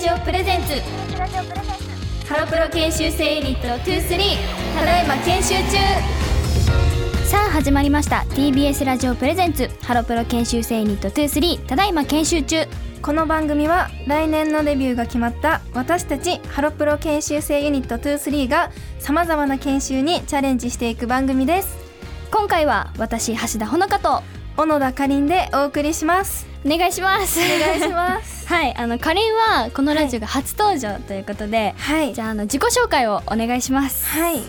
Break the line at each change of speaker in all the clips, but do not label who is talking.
ツハロプロ研修生ユニット23ただいま研修中さあ始まりました TBS ラジオプレゼンツハロプロ研修生ユニット23ただいま研修中
この番組は来年のデビューが決まった私たちハロプロ研修生ユニット23がさまざまな研修にチャレンジしていく番組です
今回は私橋田ほのかと
小野田かりんでお送りします
お願いします
お願いしま す
はいあのかりんはこのラジオが初登場ということで、
はい
じゃああの自己紹介をお願いします
はい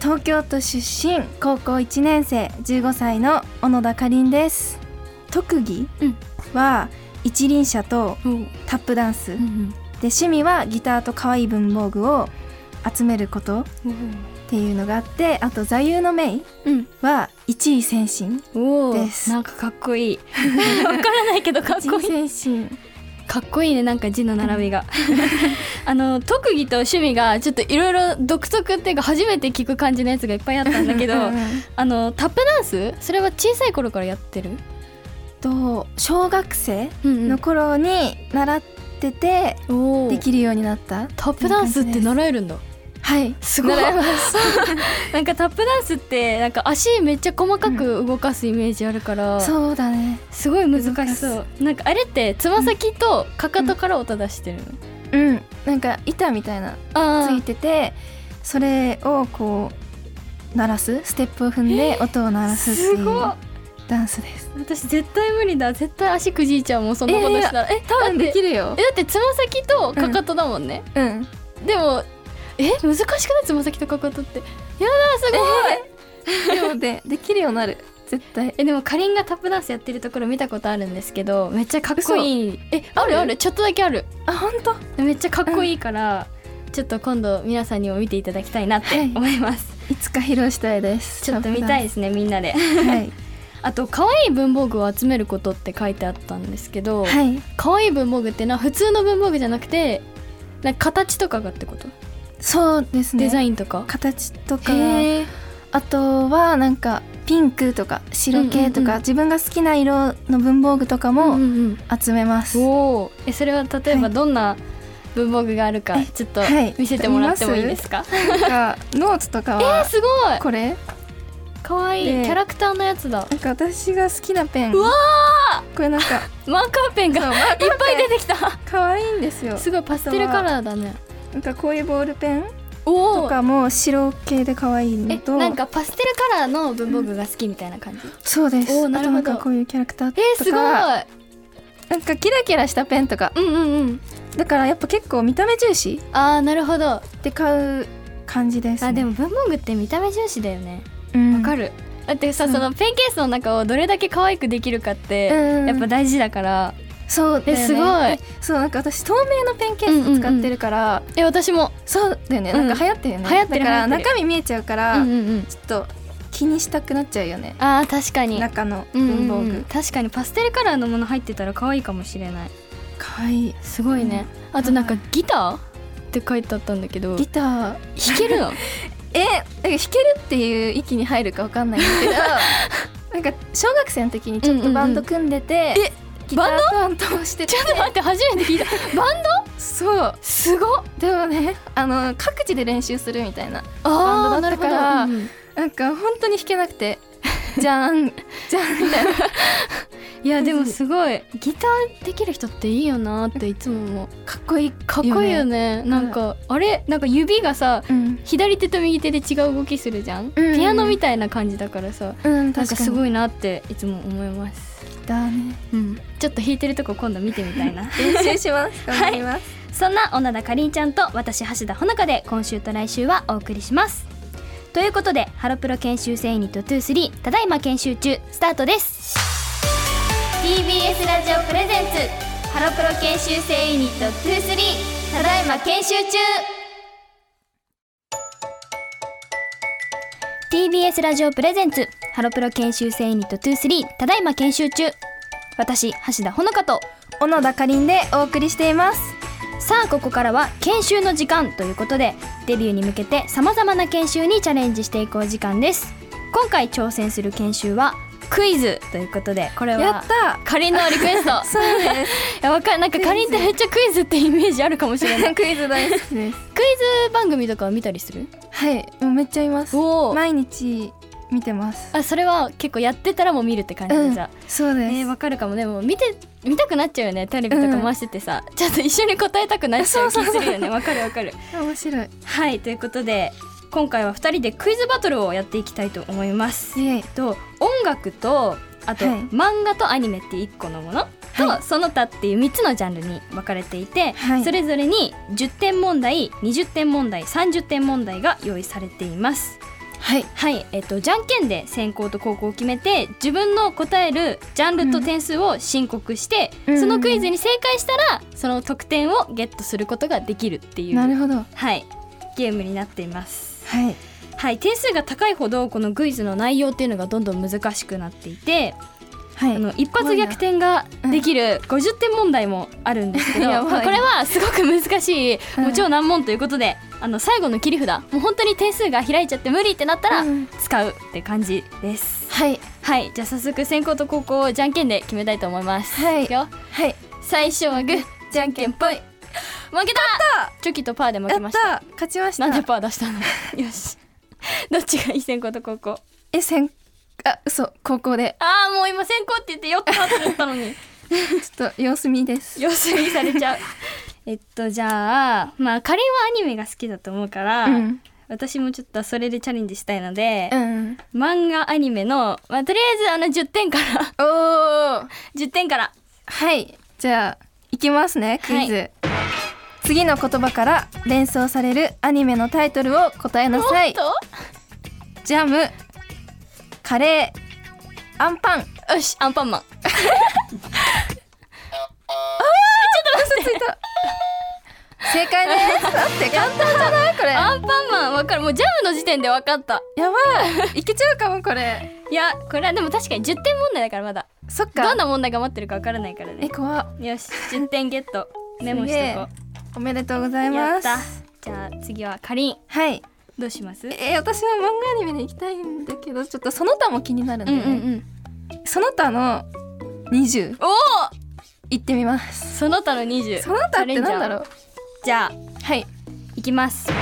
東京都出身高校1年生15歳の小野田かりんです特技
うん
は一輪車と
うん
タップダンス、
うん
で趣味はギターと可愛い文房具を集めることっ
うん
ていうのがあってあと座右の銘
うん
は一位先進
おお
です
なんかかっこいいわからないけどかっ
一
こ
位
いい
先進
かっこいいねなんか字の並びがあの特技と趣味がちょっといろいろ独特っていうか初めて聞く感じのやつがいっぱいあったんだけどあのタップダンスそれは小さい頃からやってる
と小学生
うん
の頃に習ってて
お
で
ー
きるようになった、
タップダンスって習えるんだ
はい
すごい
習いま
なんかタップダンスってなんか足めっちゃ細かく動かすイメージあるから、
そうだね
すごい難しそうなんかあれってつま先とかかとから音出してるの、
うんなんか板みたいなつ
あ
いててそれをこう鳴らすステップを踏んで音を鳴
あ
らすってい
すごいう
ダンスです
私絶対無理だ絶対足くじいちゃうもんそんなことしたら、え
多分できるよ
えだってつま先とかかとだもんね、
うん
でもえ難しくないつま先とかかとってやだすごい、
でもでできるようになる絶対
えでもかりんがタップダンスやってるところ見たことあるんですけどめっちゃかっこいいえあるあるちょっとだけある
あ本当
めっちゃかっこいいから、ちょっと今度皆さんにも見ていただきたいなって思います、
いつか披露したいです
ちょっと見たい
い
ですねみんなで
はい
あと可愛い文房具を集めることって書いてあったんですけど、
はい
可愛い文房具ってのは普通の文房具じゃなくてなんか形とかがってこと、
そうですね
デザ
イン
インとか
形とか
へえ
あとはなんかピンクとか白系とか、
うんうんうん
自分が好きな色の文房具とか
うん
も
うん
集めます、
おーえそれは例え
は
ば
い
どんな文房具があるかちょっと
はい
見せてもらってもいいですか、
なんかノーツとかは
すごい
これ
可愛い
で
キャラクターのやつだ
なんか私が好きなペン
うわ
これなんか
マーカーペ ンがいっぱい出てきた
可愛いんですよ
すごいパステルカラーだね
なんかこういうボールペン
お
とかも白系で可愛いの
え
と
なんかパステルカラーの文房具が好きみたいな感じ、
そうです
おー
あと
なる
な
ほど
んかこういうキャラクターとか
えー、すご
なんかキラキラしたペンとか
いうんうんうん
だからやっぱ結構見た目重視
あーなるほどあ
で買う感じです、ね、
でも文房具って見た目重視だよね
うん
わかる、だってさ
そう
そのペンケースの中をどれだけ可愛くできるかって、
うん
やっぱ大事だから
そうだよね
えすごい
えそうなんか私透明のペンケースを使ってるから、
え私も、
そうだよねなんか流行ってるよね、
うん流行ってる
だから
流行ってる
中身見えちゃうから、
うんうんうん
ちょっと気にしたくなっちゃうよね
あー確かに
中の
うんうんう
文
ん
房具、
確かにパステルカラーのもの入ってたら可愛いかもしれない
かわいい
すごいね、あとなんかギターって書いてあったんだけど
ギ
弾
ター
け るの
えなんか弾けるっていう域に入るかわかんないんだけど なんか小学生の時にちょっとバンド組んでて、
うんうんうんえ
ギター担当してて
ちょっと待って初めて聞いたバンド
そう
すごっ
でもねあの各地で練習するみたいな
あ
バ
ー
ンドだったから
なるほどうん
なんか本当に弾けなく てじゃんじゃんみたいない
やでもすごいギターできる人っていいよなっていつも思う
かっこいい
かっこいいよねなんか、あれなんか指がさ
うん、
左手と右手で違う動きするじゃん、
うん
ピアノみたいな感じだからさ
うん、
なんかす
い
ごいなっていつも思います
だね
うんちょっと弾いてるとこ今度見てみた いな
練習します頑張ります、
そんな小野田かりんちゃんと私橋田ほのかで今週と来週はお送りしますということでハロプロ研修生ユニット23ただいま研修中スタートです
TBS ラジオプレゼンツハロプロ研修生ユニット23ただいま研修中
TBS ラジオプレゼンツハロプロ研修生ユニット23ただいま研修中私橋田ほのかと
小野田かりんでお送りしています
さあここからは研修の時間ということでデビューに向けてさまざまな研修にチャレンジしていくお時間です今回挑戦する研修はクイズということでこれ
や
は
った
かりんのリクエ スト
そうです
いやわかんなんかかりんってめっちゃクイズってイメージあるかもしれないク
クイズ大好きです
イズ番組とか見たりする
はいもうめっちゃいます
おお、
毎日見てます
あそれは結構やってたらもう見るって感じ
う
で
ん
じゃあ、
そうです、
えーわかるかもでも見て見たくなっちゃうよねテレビとか回しててさ、ちょっと一緒に答えたくなっちゃう気するよねわかるわかる
面白い
はいということで今回は2人でクイズバトルをやっていきたいと思います。
イエイ
と音楽とあと、
はい
漫画とアニメっていう1個のものと、
は
その他っていう3つのジャンルに分かれていて、
はい
それぞれに10点問題20点問題30点問題が用意されています。
はい
はい、えっと、じゃんけんで先行と後攻を決めて自分の答えるジャンルと点数を申告して、
うん
そのクイズに正解したらその得点をゲットすることができるっていう
なるほどは
はい、ゲームになっています。
い
はい、点数が高いほどこのクイズの内容っていうのがどんどん難しくなっていて、
はい
あの一発逆転ができる50点問題もあるんですけど、
うん やばい
まあこれはすごく難しい、
うん
もう超難問ということで、あの最後の切り札、もう本当に点数が開いちゃって無理ってなったら
うん
使うって感じです。
はい
はい、じゃあ早速先攻と後攻をじゃんけんで決めたいと思います。
はい
いくよ
はい
最初はグー、じゃんけんぽい。負けた。チョキとパーで負
や
け
っ
ました。
た勝ちました
なんでパー出したの よしどっちがいい先行と高校
え先あ嘘高校 で
ああもう今先行って言ってよっとって言ったのに
ちょっと 様子見です
様子見されちゃう えっとじゃあまあかりんはアニメが好きだと思うから、
うん
私もちょっとそれでチャレンジしたいので
う、ん
漫画アニメの、まあ、とりあえずあの10点から
おお
10点から
はいじゃあいきますねクイズ、
は
次の言葉から連想されるアニメのタイトルを答えなさい
おっ
ジャムカレーアンパン
とよしアンパンマン
正解 ですだって簡単じゃないこれ
アンパンマンわかるもうジャムの時点でわかった
やばいいけちゃうかもこれ
いやこれはでも確かに10点問題だからまだ
そっか
どんな問題が待ってるかわからないからね
え怖っ
よし10点ゲットメモしとこう
おめでとうござい
や
ま
っ
す
たじゃあ次はかりん
はい
どうしますうん
えー私は漫画アニメに行きたいんだけどちょっとその他も気になるんで、
うんうん
その他の20
おお
行ってみます
その他の20
その他ってなんだろ
う
う
じゃあ
はい
いきます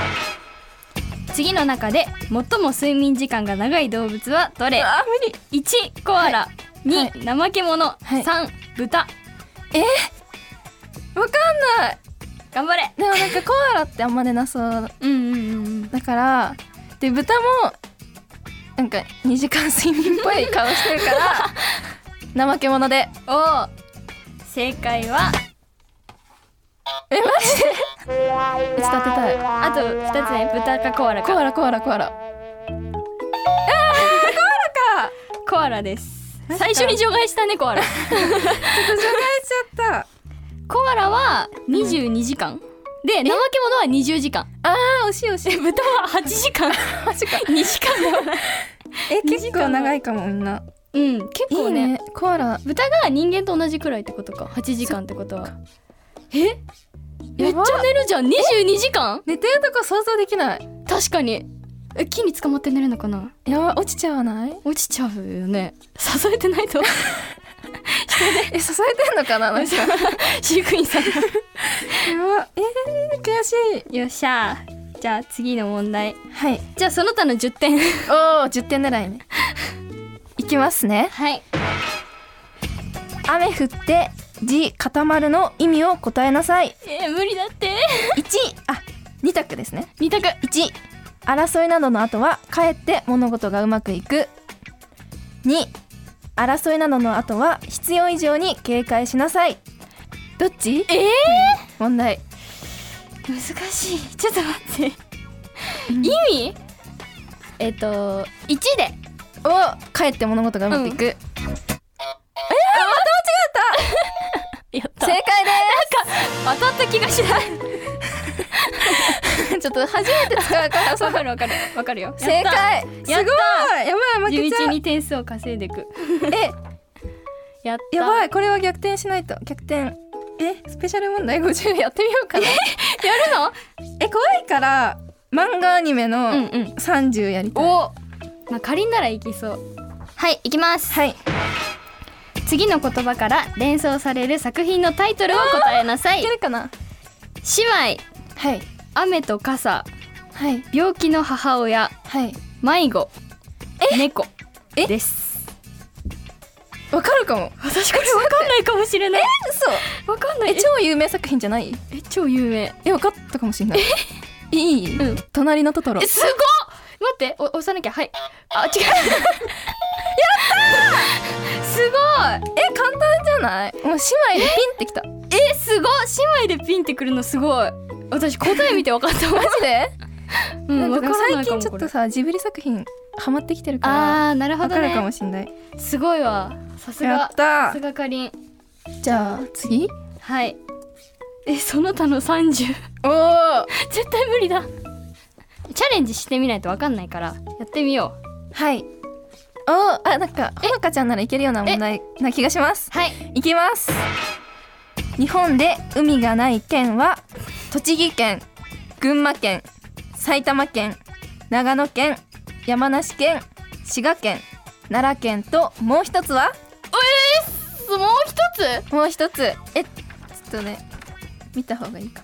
次の中で最も睡眠時間が長い動物はどれ
あ無理
1コアラ、二
は
2怠け者、
はい
三豚
わかんない
頑張れ
でもなんかコアラってあんま出なそう
うんうんうんうん
だからで豚もなんか2時間睡眠っぽい顔してるから 怠け者で
おー正解は
えマジで打ち立てたい
あと2つね豚かコアラ
コ
か
アラコアラコアラ
コアラです
マジか
最初に除外したねコアラ
ちょっと除外しちゃった
コアラは22時間、で怠け者は20時間
あー惜しい惜しい
え豚は8時間
マジか
2時間ではない
え
二時間
結構長いかもみんな
うん結
い
構
い
ね
ねコアラ
豚が人間と同じくらいってことか8時間ってことはえめっ
やば
ちゃ寝るじゃん22時間
寝てるとこ想像できない
確かにえ木に捕まって寝るのかな
やば落ちちゃわない
落ちちゃうよね支えてない と
え支えてんのかななんかや
飼育員さん
ばえー、悔し
よっしゃじゃあ次の問題
いはい
じゃあその他の10点
おお10点狙いねいきますね
はい
雨降って地固まるの意味を答えなさい
えー無理だって
1あ2択ですね
2択
1争いなどの後はかえって物事がうまくいく2争いなどの後は必要以上に警戒しなさいどっち
えー
問題
難しいちょっと待って
うん
意味えっ、と1で
をかえって物事がうまくいく、え
やっ
ー、正解
当たった気がしない
ですちょっと初めて使うから
わかるわかるわかるよ
正解すごい
や
や
った
ばい負
地
けち
道
ゃう
に点数を稼いでいく
え
やった
やば
い
いこれは逆転しないと逆転えスペシャル問題50やってみようかな
や
え怖いから漫画アニメ
るの
の
うんうん
30やりたい、
おまあ、かりんならいきそうはい行きます
はい
次の言葉から連想される作品のタイトルを答えなさ
い
い
けるかな
姉妹
はい
雨と傘
はい
病気の母親
はい
迷子猫
え
です
わかるかも
私これわかんないかもしれない
そう
わかんな
え
い
超有名作品じゃない
ええ超有名
えわかったかもしれないいい、
うん
隣のトトロ
えすごっ待ってお押さなきゃはいあ違う やったーすごい
え簡単じゃないもう姉妹でピンってきたマ
えすごい姉妹でピンってくるのすごい私答え見て分かった
ジで
う
なんん
分
かでも
からな
最
いか
近
も
ちょ
こ
っ
れ
とさジブリ作品ハマってきてるから
あーなるほ
わ
ど
かるか
ね
もしんない
すごいわさす
や
が
った
さすがかりん
じゃあ次
はいえその他の30
おお
絶対無理だチャレンジしてみないと分かんないからやってみよう
はい。おーあなんかほのかちゃんならいけるような問題な気がします。
はい
いきます。日本で海がない県は栃木県、群馬県、埼玉県、長野県、山梨県、滋賀県、奈良県ともう一つは
もう一つえ
もう一つえちょっとね見た方がいいか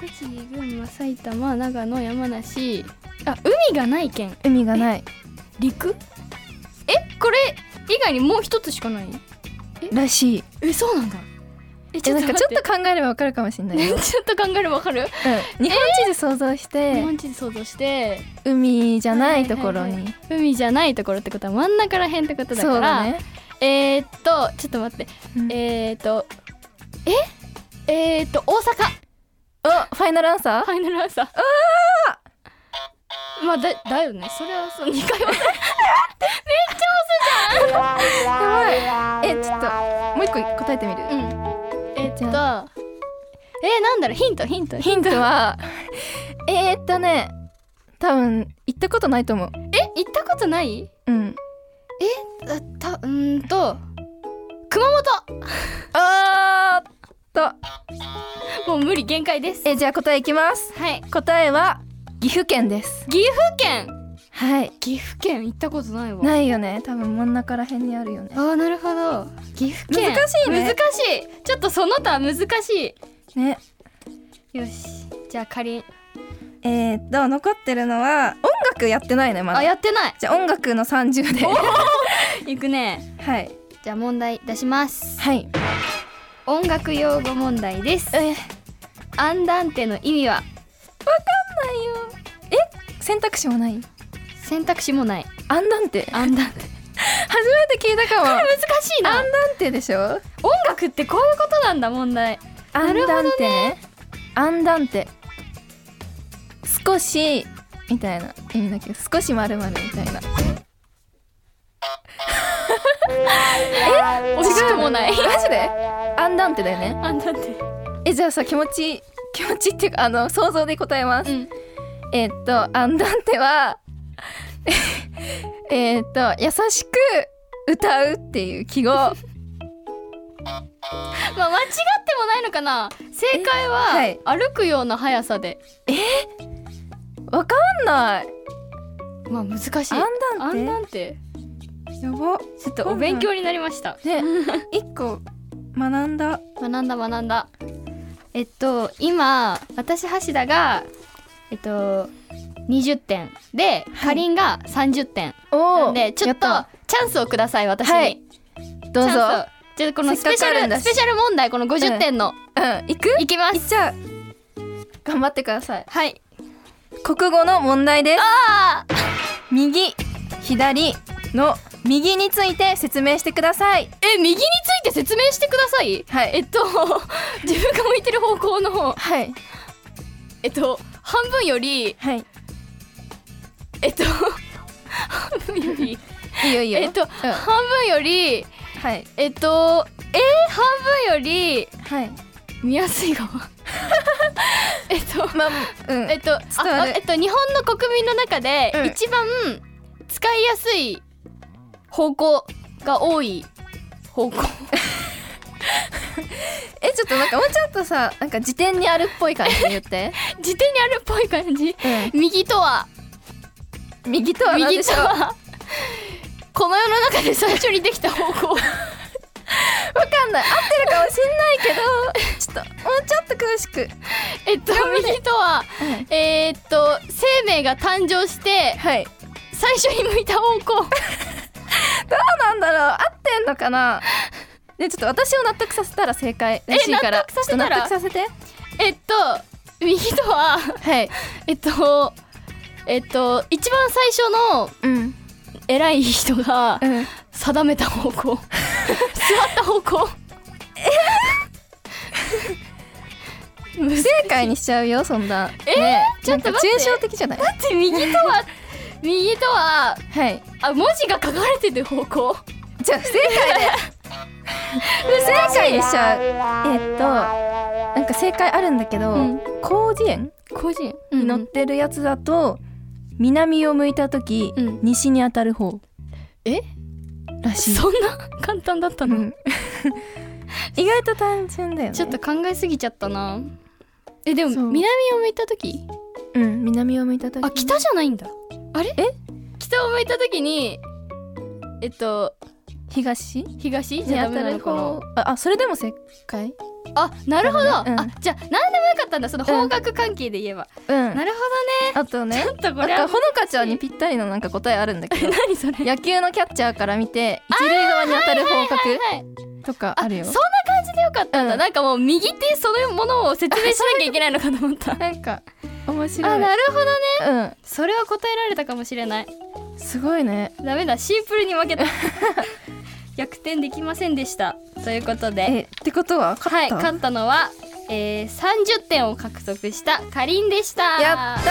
栃木群馬埼玉長野山梨あ海がない県
な海がない
陸えこれ以外にもう一つしかない
らしい
えそうなんだえ
えなんかちょ
待
っと考えればわかるかもしれないよ、う ん、
ちょっと考えるわかる
日本地図想像して、
日本地図想像して
海じゃないところ
はいはいは
に
い海じゃないところってことは真ん中らへんってことだ
そ
か
うだ
ら
ね
えー、っとちょっと待って
うん
えー、っとええー、っと大阪
おファイナルアンサ
ファイナルアンサーああまあだだよねそれはそう2回は
ーえちょっともう一個答えてみる、
うんえー、っとえー、
じ
なんだろうヒントヒント
ヒント はえーっとね多分行ったことないと思う
え行ったことない
うん
あたうーんと熊本
あーっと
もう無理限界です
えじゃあ答えいきます
はい
答えは岐阜県です
岐阜県
はい
岐阜県行ったことないわ
ないよね多分真ん中ら辺にあるよね
あーなるほど岐阜県
難しいね
難しいちょっとその他難し
ね
いよしじゃあ仮に
えーっと残ってるのは音楽やってないねま
あやってない
じゃあ音楽の30で
行くね
はい
じゃあ問題出します
はい
音楽用語問題です
え
アンダンテの意味は
ないよえ選択肢もない
選択肢もない
アンダンテ
アンダンテ
初めて聞いた かも
難
アン
しいな
ダンテでしょ
音楽ってこういうことなんだ問題
ア
な
ン
るほ
ダ
ど
ンテねアンダンテ少しみたいな意味だけど少し丸々みたいな
惜しくも ない
マジで アンダンテだよね
アンダンテ
えじゃあさ気持ち気持ちっていうかあの想像で答えます、
うん
えーっとアンダンテは えーっと優しく歌うっていう記号
まあ間違ってもないのかな正解
え
は歩くような速さで
わかんない
まあ難しい
アンダンテ
アンダンテ
やば
ちょっとお勉強になりました
ね 一個学んだ
学んだ学んだえっと今私橋田がえっと20点でかりんが30点な
お
んでちょっとチャンスをください私に、
はいどうぞ
チャンスをじゃあこのス
せっ
ペ
か
シ
くあ
ャ
るんだ
ル
し
スペシャル問題この50点の、
うん行く
いきま
行っ
す
ちゃう頑張ってください
はい
国語の問題です
あー
右左の右について説明してください
え右について説明してください
は
えっと自分が向いてる方向の
はい
えっと半分より
はい
えっと半分より
いいよいいよ
えっと
うんは
半分より
い
えっとえー、半分より
はい
見やすい側 えっと
まあうん
えっとあ
伝わ
あ
る
えっと日本の国民の中で
うん
一番使いやすい方向が多い方向
えちょっとなんかもうちょっとさなんか辞典にあるっぽい感じで言って
自転にあるっぽい感じ
う
右とは
ん右とは何
右
でし
と
ょう
はこの世の中で最初にできた方向
かんない合ってるかもしんないけどちょっともうちょっと詳しく
えっと右とは、えーっと生命が誕生して
はい
最初に向いた方 向
どうなんだろう合ってんのかなねちょっと私を納得させたら正解らしいから
納得させたら
ちょっと納得させて
えっと右とは
はい
えっとえっと一番最初の
うん
偉い人が
うん
定めた方 向座った方向
不正解にしちゃうよそんな
えーちょっと待って
なんか抽象的じゃない
待って右とは右とは
はい
あ文字が書かれてる方向
じゃあ不正解で不正解にしちゃうえっとなんか正解あるんだけど、
うん
広辞苑
個人
に載ってるやつだと、南を向いた時、
うん
西に当たる方
え
らしい
そんな簡単だった
う
の、
ん意外と単純だよね
ちょっと考えすぎちゃったなえでも
そう
南を向いた時
うん南を向いた時
あ北じゃないんだあれ
え
北を向いた時にえっと
東に
東
当
じゃダメ
た
なの
る
かな
方ああそれでも正解
あなるほど、
うん
あじゃあ何でもよかったんだその方角関係で言えば、
うん
なるほ
あとね
どねちょっとこれ
なんか
は
ほのかちゃんにぴったりのなんか答えあるんだけ ど
何それ
野球のキャッチャーから見て一塁側に当たる方角
はい
とか
あ
あるよ
そんな感じでよかったんだ、
うん
なんかもう右手そのものを説明しなきゃいけないのかと思 ったあ
なんか面白い
なるほどね
うん
それは答えられたかもしれない
すごいね
ダメだシンプルに負けた 逆転できませんでしたということで
えってことは勝
は
っ
い
た、
勝ったのは、えー、30点を獲得したかりんでした
やった
いやー
ー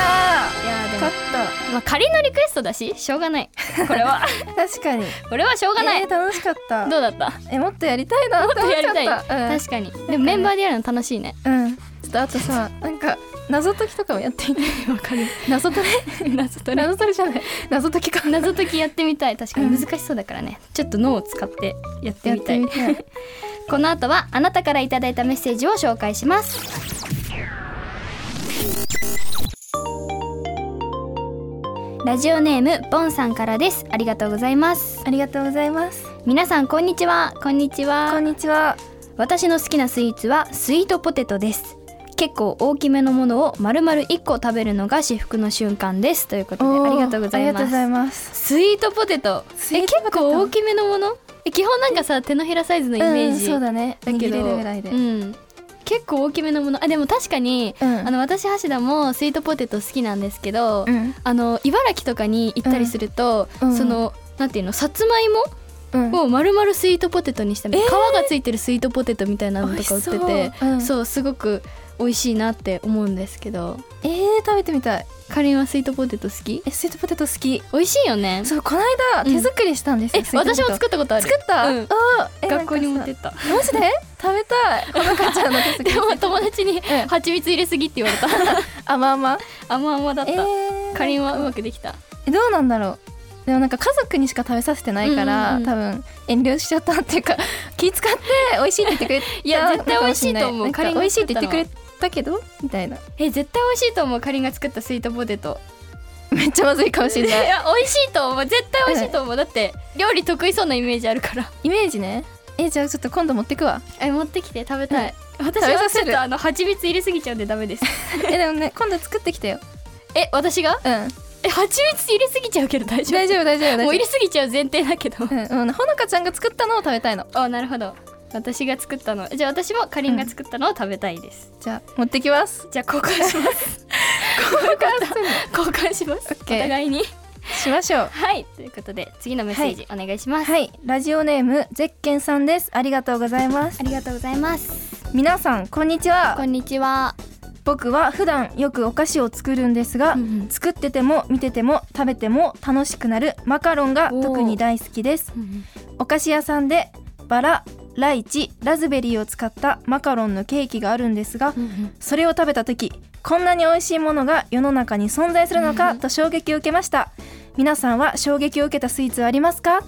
でも
勝、
まあ、かりんのリクエストだししょうがないこれ は
った確かに
これはしょうがない、
えー楽しかった
どうだった
えもっとやりたいなって思っ
や
ち
り
ゃ
たい、
ったうん
確かにでもメンバーでやるの楽しいね
うんちょっとあとさなんか謎解きとかもやっていい
わかる
謎解
謎
き
解
謎解きじゃない謎解きか
き謎解きやってみたい確かに難しそうだからねちょっと脳を使ってやって
やっ
みた
て
い
みたい
この後はあなたからいただいたメッセージを紹介します
ラジオネームボンさんからですありがとうございます
ありがとうございます
皆さんこんにちはこんにちは
こんにちは
私の好きなスイーツはスイートポテトです結構大きめのものを丸々1個食べるのが至福の瞬間ですということでありがとうござい
ありがと
ま
うご
す
ざいます
スイートポテト
スイートポテ
え結
ト
構大きめのものえ基本なんかさ手のひらサイズのイメージ、
うん、そうだね
だけど
握れるぐらいで、
うん、結構大きめのものあでも確かに、
うん
あの私橋田もスイートポテト好きなんですけど、
うん
あの茨城とかに行ったりすると、
うん
そのなんていうのさつまいも
うん
を丸々スイートポテトにした、
えー
皮がついてるスイートポテトみたいなのとか売って
美味
て
しそううん
そうすごく美味しいなって思うんですけど
えー、食べてみたい
かりんはスイートポテト好き
えスイートポテト好き
美味しいよね
そうこの間
うん
手作りしたんです
え
よ、スイートポテ
私
ト
も作ったことある
作った、
うん
おーえ
学校に持って
な
っ
んか
た
さマジで食べたいこのかちゃんの手作 り
でも友達に「蜂蜜入れすぎ」って言われた
あまあまあ
甘々だっ
え
た
ー、
かりんはうまくできた
えどうなんだろうでもなんか家族にしか食べさせてないから、
うんうんうん
多分遠慮しちゃったっていうか 気使って美味しいって言ってくれた
いや絶対美味しいと思う
なんか
カリン
美
が
味しいっ
作っ
て
たの
言ってくれたけどみたいな
え絶対美味しいと思うかりんが作ったスイートポテト
めっちゃまずいかもし
い
れ
や
ない
美味しいと思う絶対美味しいと思うだって料理得意そうなイメージあるから
イメージねえじゃあちょっと今度持って くわ
え持ってきて食べたい、私
食べさ
は
せ
ちょ
る
っとあの蜂蜜入れすぎちゃうんでダメです
えでもね今度作ってきてよ
え私が
うん
え蜂蜜入れすぎちゃうけど大丈夫
大丈夫大丈夫大丈 夫
もう入れすぎちゃう前提だけど
うんうん、ほのかちゃんが作ったのを食べたいの
あなるほど私が作ったのじゃあ私もかりんが作ったのを食べたいです、
じゃあ持ってきます
じゃあ交換します 交換 交換します、
オッケー
お互いに
しましょう
はいということで次のメッセージお願いします、
はいラジオネームゼッケンさんですありがとうございます
ありがとうございます
皆さんこんにちは
こんにちは
僕は普段よくお菓子を作るんですが、
うんうん
作ってても見てても食べても楽しくなるマカロンが
おー
特に大好きですお菓子屋さんでバラライチラズベリーを使ったマカロンのケーキがあるんですが、それを食べた時こんなに美味しいものが世の中に存在するのかと衝撃を受けました皆さんは衝撃を受けたスイーツはありますか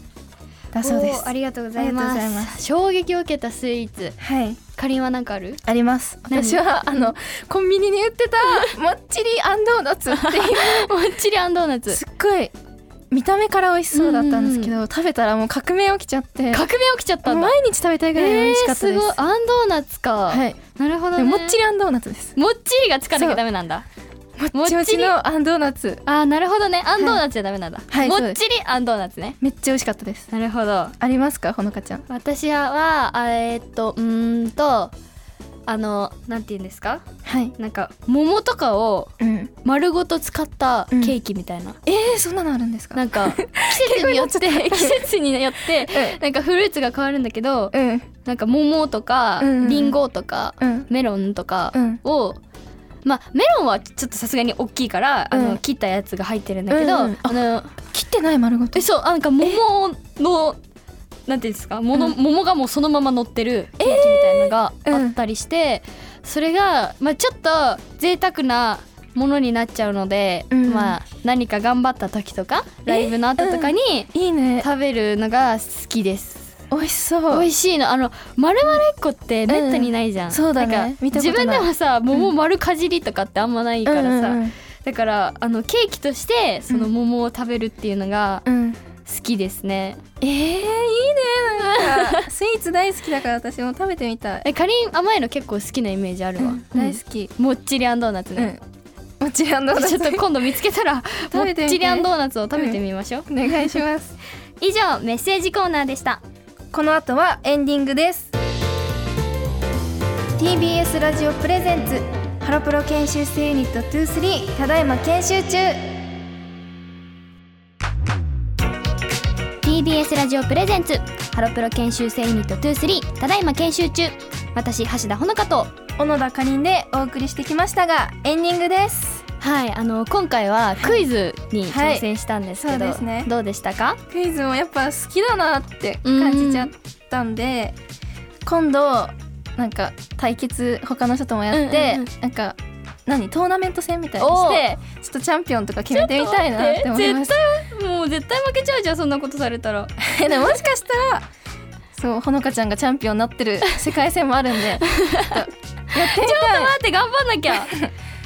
だそうです
おーありがとうございます
ありがとうございま
衝撃を受けたスイーツ
はい
かりんはなんかある
あります
何
私はあのコンビ ニに売ってたもっちりアンドーナツっていう
もっちりあんドーナツ
すっごい見た目から美味しそうだったんですけど、食べたらもう革命起きちゃって
革命起きちゃったんだ
毎日食べたいぐらい美味しかったです,、
えー、すごいあんドーナツか、
はい
なるほどね
でももっちりあんドーナツです
もっちりがつかなきゃダメなんだ
もっちもちのあんドーナツ
あーなるほどねあんドーナツじゃダメなんだ、
はい
も
はい
っちりあんドーナツね
めっちゃ美味しかったです
なるほど
ありますかほのかちゃん
私はあえーっとうーんとあのなんて言うんですか
はい
なんか桃とかを
うん
丸ごと使ったケーキみたいな、
えー、そんなのあるんですか
なん か季節によって季節によって
う
なんかフルーツが変わるんだけど
んうん
なんか桃とか
うんうん
リンゴとか
うん
メロンとか
うん
を、まあメロンはちょっとさすがに大きいから、あ
うん
の切ったやつが入ってるんだけど、
うんうん
あの
切ってない丸ごと
えそうあなんか桃のなんていうんですかもの、
うん
桃がもうそのまま乗ってるケーキみたいなのが
えーうん
あったりして、それが、まあ、ちょっと贅沢なものになっちゃうので、
うん
まあ、何か頑張った時とかライブの後とかに
いいね
食べるのが好きです。
美味しそう
美味しいのあの丸々一個ってめったにないじゃん、
うんそうだね
なんか
見たことない
自分でもさ桃丸かじりとかってあんまないからさ、
うんうん
だからあのケーキとしてその桃を食べるっていうのが
うんうん
好きですね、
えー、いいねなんかスイーツ大好きだから私も食べてみたい、
えかりん甘いの結構好きなイメージあるわ、
大好き
もっちりあんドーナツ
う
ね、
んもちろんどうぞ
ちょっと今度見つけたらも
食
っ
べてみて
ちりあんドーナツを食べてみましょう、
お願いします
以上メッセージコーナーでした
この後はエンディングです
TBS ラジオプレゼンツハロプロ研修生ユニット23ただいま研修中
TBS ラジオプレゼンツハロプロ研修生ユニット23ただいま研修中私橋田ほのかと
小野田かりんでお送りしてきましたがエンディングです
はいあの今回はクイズに挑戦したんですけど、
はいそうですね
どうでしたか
クイズもやっぱ好きだなって感じちゃったんで、今度なんか対決他の人ともやって、
うんうん
なんか何トーナメント戦みたいにしてちょっとチャンピオンとか決めてみたいなって思いました
もう絶対負けちゃうじゃんそんなことされたら
でももしかしたらそうほのかちゃんがチャンピオンになってる世界戦もあるんで
待って頑張んなき ゃ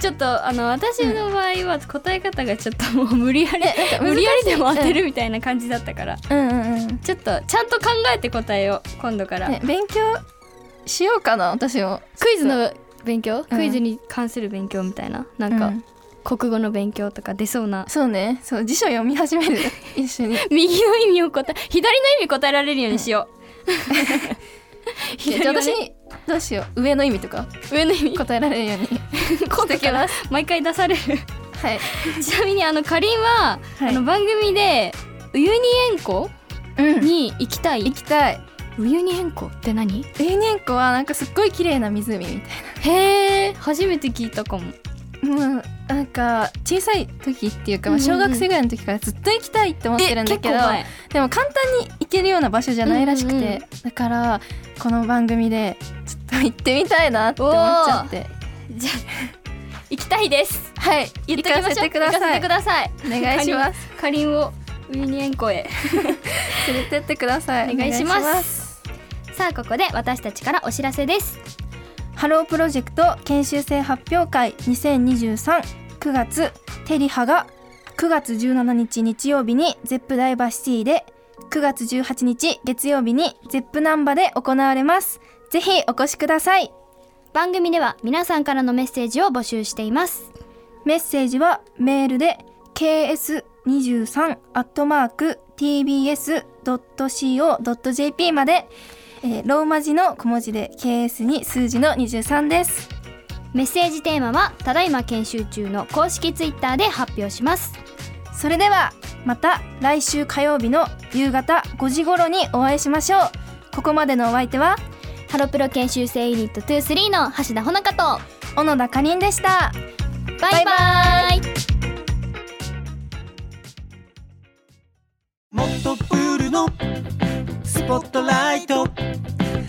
ちょっとあの私の場合は答え方がちょっともう無理やり
なんか
無理やりでも当て
る
るみたいな感じだったから
うんうんうん、ね、
ちょっとちゃんと考えて答えを今度から、
勉強しようかな私も
クイズの勉強
うん
クイズに関する勉強みたいななんか、
うん
国語の勉強とか出そうな
そうねそう辞書読み始め る一緒に
右の意味を答え左の意味答えられるようにしよ う
じ
左
ゃあ
をね
私どうしよう上の意味とか
上の意味
答えられるようにしてきます
毎回出される
はい
ちなみにあのかりんは、
はい
あの番組でウユニ塩湖
うん
に行きたい
行きたい
ウユニ塩湖って何
ウユニ塩湖はなんかすっごい綺麗な湖みたい
へえ初めて聞いたかも
なもうなんか小さい時っていうか、まあ
うんうんうん
小学生ぐらいの時からずっと行きたいって思ってるんだけどでも簡単に行けるような場所じゃないらしくて、
うんうんうん
だからこの番組でちょっと行ってみたいなって思っちゃって
じゃあ行きたいです
はい
言っ
行
てきま
か
しょう
せてください
行かせてください
お願いします
かりんをウユニ塩湖へ
連れてってください
お願いします
お願いす
さあここで私たちからお知らせです
ハロープロジェクト研修生発表会20239月テリハが9月17日日曜日にゼップダイバーシティで9月18日月曜日にゼップナンバで行われますぜひお越しください
番組では皆さんからのメッセージを募集しています
メッセージはメールで ks23 アットマーク tbs.co.jp まで、えーローマ字の小文字で ks に数字の23です
メッセージテーマはただいま研修中の公式ツイッターで発表します
それではまた来週火曜日の夕方5時頃にお会いしましょうここまでのお相手は
ハロプロ研修生ユニット23の橋田ほのかと
小野田かりんでした
バイバ
バイバ
イ
もっとプールのスポットライト